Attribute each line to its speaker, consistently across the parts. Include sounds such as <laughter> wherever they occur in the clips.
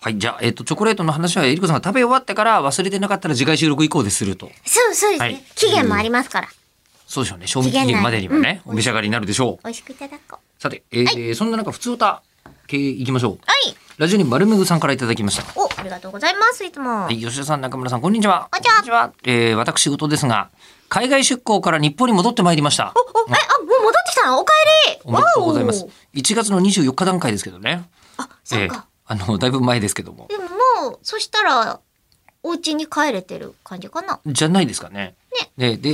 Speaker 1: はい、じゃあ、えっと、チョコレートの話は、えりこさんが食べ終わってから忘れてなかったら次回収録以降ですると。
Speaker 2: そう、そうですね。
Speaker 1: はい
Speaker 2: 期限もありますから。
Speaker 1: そうでしょうね。賞味期限までには
Speaker 2: 期限
Speaker 1: ね
Speaker 2: 内、うん
Speaker 1: お召し上がりになるでしょう。
Speaker 2: 美味しくいただこう。
Speaker 1: さて、えーそんな中、普通歌系いきましょう。
Speaker 2: はい。
Speaker 1: ラジオに丸めぐさんからいただきました。
Speaker 2: お、ありがとうございます、いつも。
Speaker 1: はい、吉田さん、中村さん、こんにちは。
Speaker 2: こんにちは
Speaker 1: は。えー、私事ですが、海外出向から日本に戻ってまいりました
Speaker 2: お。、お、え、あ、もう戻ってきたのお帰り
Speaker 1: おめでとうございま
Speaker 2: わ
Speaker 1: す
Speaker 2: お。
Speaker 1: 1月の24日段階ですけどね。
Speaker 2: あ、そ
Speaker 1: え
Speaker 2: っ
Speaker 1: ー
Speaker 2: か。
Speaker 1: あの、だいぶ前ですけども。
Speaker 2: でももう、そしたら、お家に帰れてる感じかな。
Speaker 1: じゃないですかね。ね。で、でえ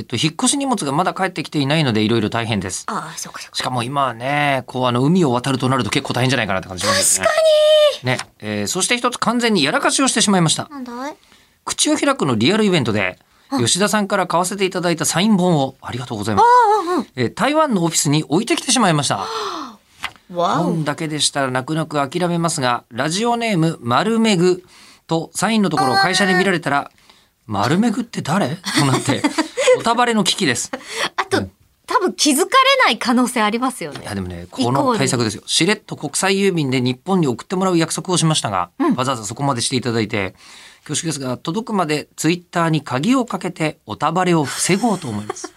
Speaker 1: ーっと、引っ越し荷物がまだ帰ってきていないので、いろいろ大変です。
Speaker 2: ああ、そっかそっか。
Speaker 1: しかも今はね、こう、あの、海を渡るとなると結構大変じゃないかなって感じしますよね。確かにね、えーそして一つ完全にやらかしをしてしまいました。
Speaker 2: なんだい
Speaker 1: 口を開くのリアルイベントで、吉田さんから買わせていただいたサイン本を、ありがとうございます。えー台湾のオフィスに置いてきてしまいました。
Speaker 2: わお。
Speaker 1: 本だけでしたら泣く泣く諦めますが、ラジオネーム丸めぐとサインのところを会社で見られたら、丸めぐって誰となって、おたばれの危機です。
Speaker 3: あと、多分気づかれない可能性ありますよ
Speaker 1: い
Speaker 3: ね。
Speaker 1: やでもね、この対策ですよ。しれっと国際郵便で日本に送ってもらう約束をしましたが、わざわざそこまでしていただいて、恐縮ですが、届くまでツイッターに鍵をかけて、おたばれを防ごうと思います。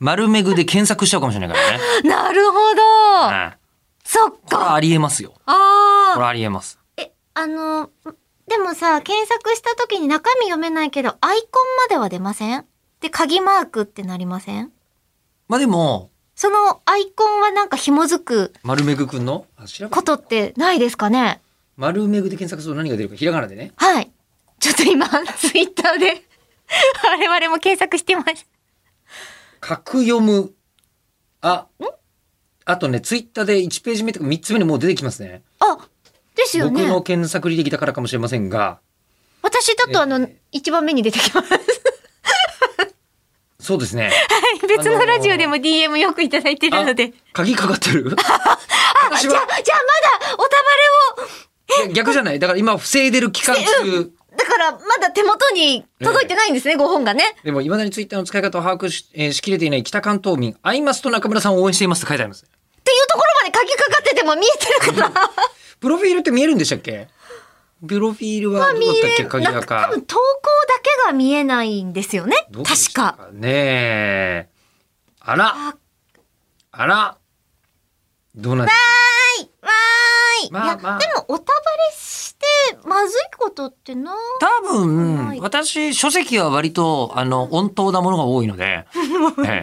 Speaker 1: 丸めぐで検索しちゃうかもしれないからね。
Speaker 3: なるほど、
Speaker 1: うん
Speaker 3: そっ
Speaker 1: これ
Speaker 3: か
Speaker 1: はありえますよ。
Speaker 3: あ
Speaker 1: これはありえます。
Speaker 2: え、あの、でもさ、検索した時に中身読めないけど、アイコンまでは出ませんで、鍵マークってなりません
Speaker 1: まあでも、
Speaker 2: そのアイコンはなんか紐づく
Speaker 1: 丸めぐくんの、あ調べ
Speaker 2: ことってないですかね
Speaker 1: 丸めぐで検索すると何が出るか、ひらがなでね。
Speaker 2: はい。ちょっと今、 <laughs> ツイッターで、我々も検索してます。
Speaker 1: 角読む。あ、あとね、ツイッターで1ページ目とか3つ目にもう出てきますね。
Speaker 2: あ、ですよ
Speaker 1: 僕
Speaker 2: ね。
Speaker 1: の検索履歴だからかもしれませんが、
Speaker 2: 私だとあ
Speaker 1: え
Speaker 2: の、一番目に出てきます。
Speaker 1: そうです
Speaker 2: <laughs>
Speaker 1: ね。
Speaker 2: 別のラジオでも DM よくいただいてるので。
Speaker 1: 鍵かかってる私
Speaker 2: じゃあ、じゃあ
Speaker 1: は
Speaker 2: まだ、おたばれを、
Speaker 1: いや逆じゃないだから今防いでる期間中、
Speaker 2: だからまだ手元に届いてないんですね、ご本がね。
Speaker 1: でもいまだにツイッターの使い方を把握し,、えーしきれていない北関東民、アイマスと中村さんを応援していますって書いてあります。
Speaker 2: っていうところまで鍵かかってても見えてる
Speaker 1: <laughs>
Speaker 2: から。
Speaker 1: プロフィールって見えるんでしたっけプロフィールはどうだったっけ鍵
Speaker 2: なん
Speaker 1: が
Speaker 2: か
Speaker 1: か
Speaker 2: 多。分投稿だけが見えないんですよね。
Speaker 1: どうでし
Speaker 2: 確
Speaker 1: た
Speaker 2: か。。
Speaker 1: ねえ。あら
Speaker 2: あ。
Speaker 1: あら。どうなん
Speaker 2: はい、わーい。
Speaker 1: まあ
Speaker 2: いや
Speaker 1: まあ
Speaker 2: でも、おたばれして、まずいことってな。
Speaker 1: 多分、
Speaker 2: はい
Speaker 1: 私書籍は割とあの温当なものが多いの
Speaker 2: <laughs>
Speaker 1: でええ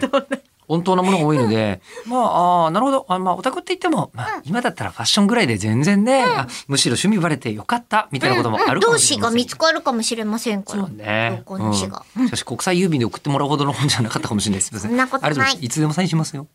Speaker 1: 温当なものが多いので、まあ、あーなるほど。あまあ、オタクって言っても、まあ、今だったらファッションぐらいで全然ね、あむしろ趣味バレてよかった、みたいなこともあるかも
Speaker 2: 同
Speaker 1: し
Speaker 2: 志
Speaker 1: れま
Speaker 2: が
Speaker 1: せん。
Speaker 2: 見つかるかもしれませんから。
Speaker 1: そうね。
Speaker 2: 同志が。
Speaker 1: うんしかし、国際郵便で送ってもらうほどの本じゃなかったかもしれないです。すいません
Speaker 2: そんなこと
Speaker 1: あ
Speaker 2: ない
Speaker 1: れでも、いつでもサインしますよ。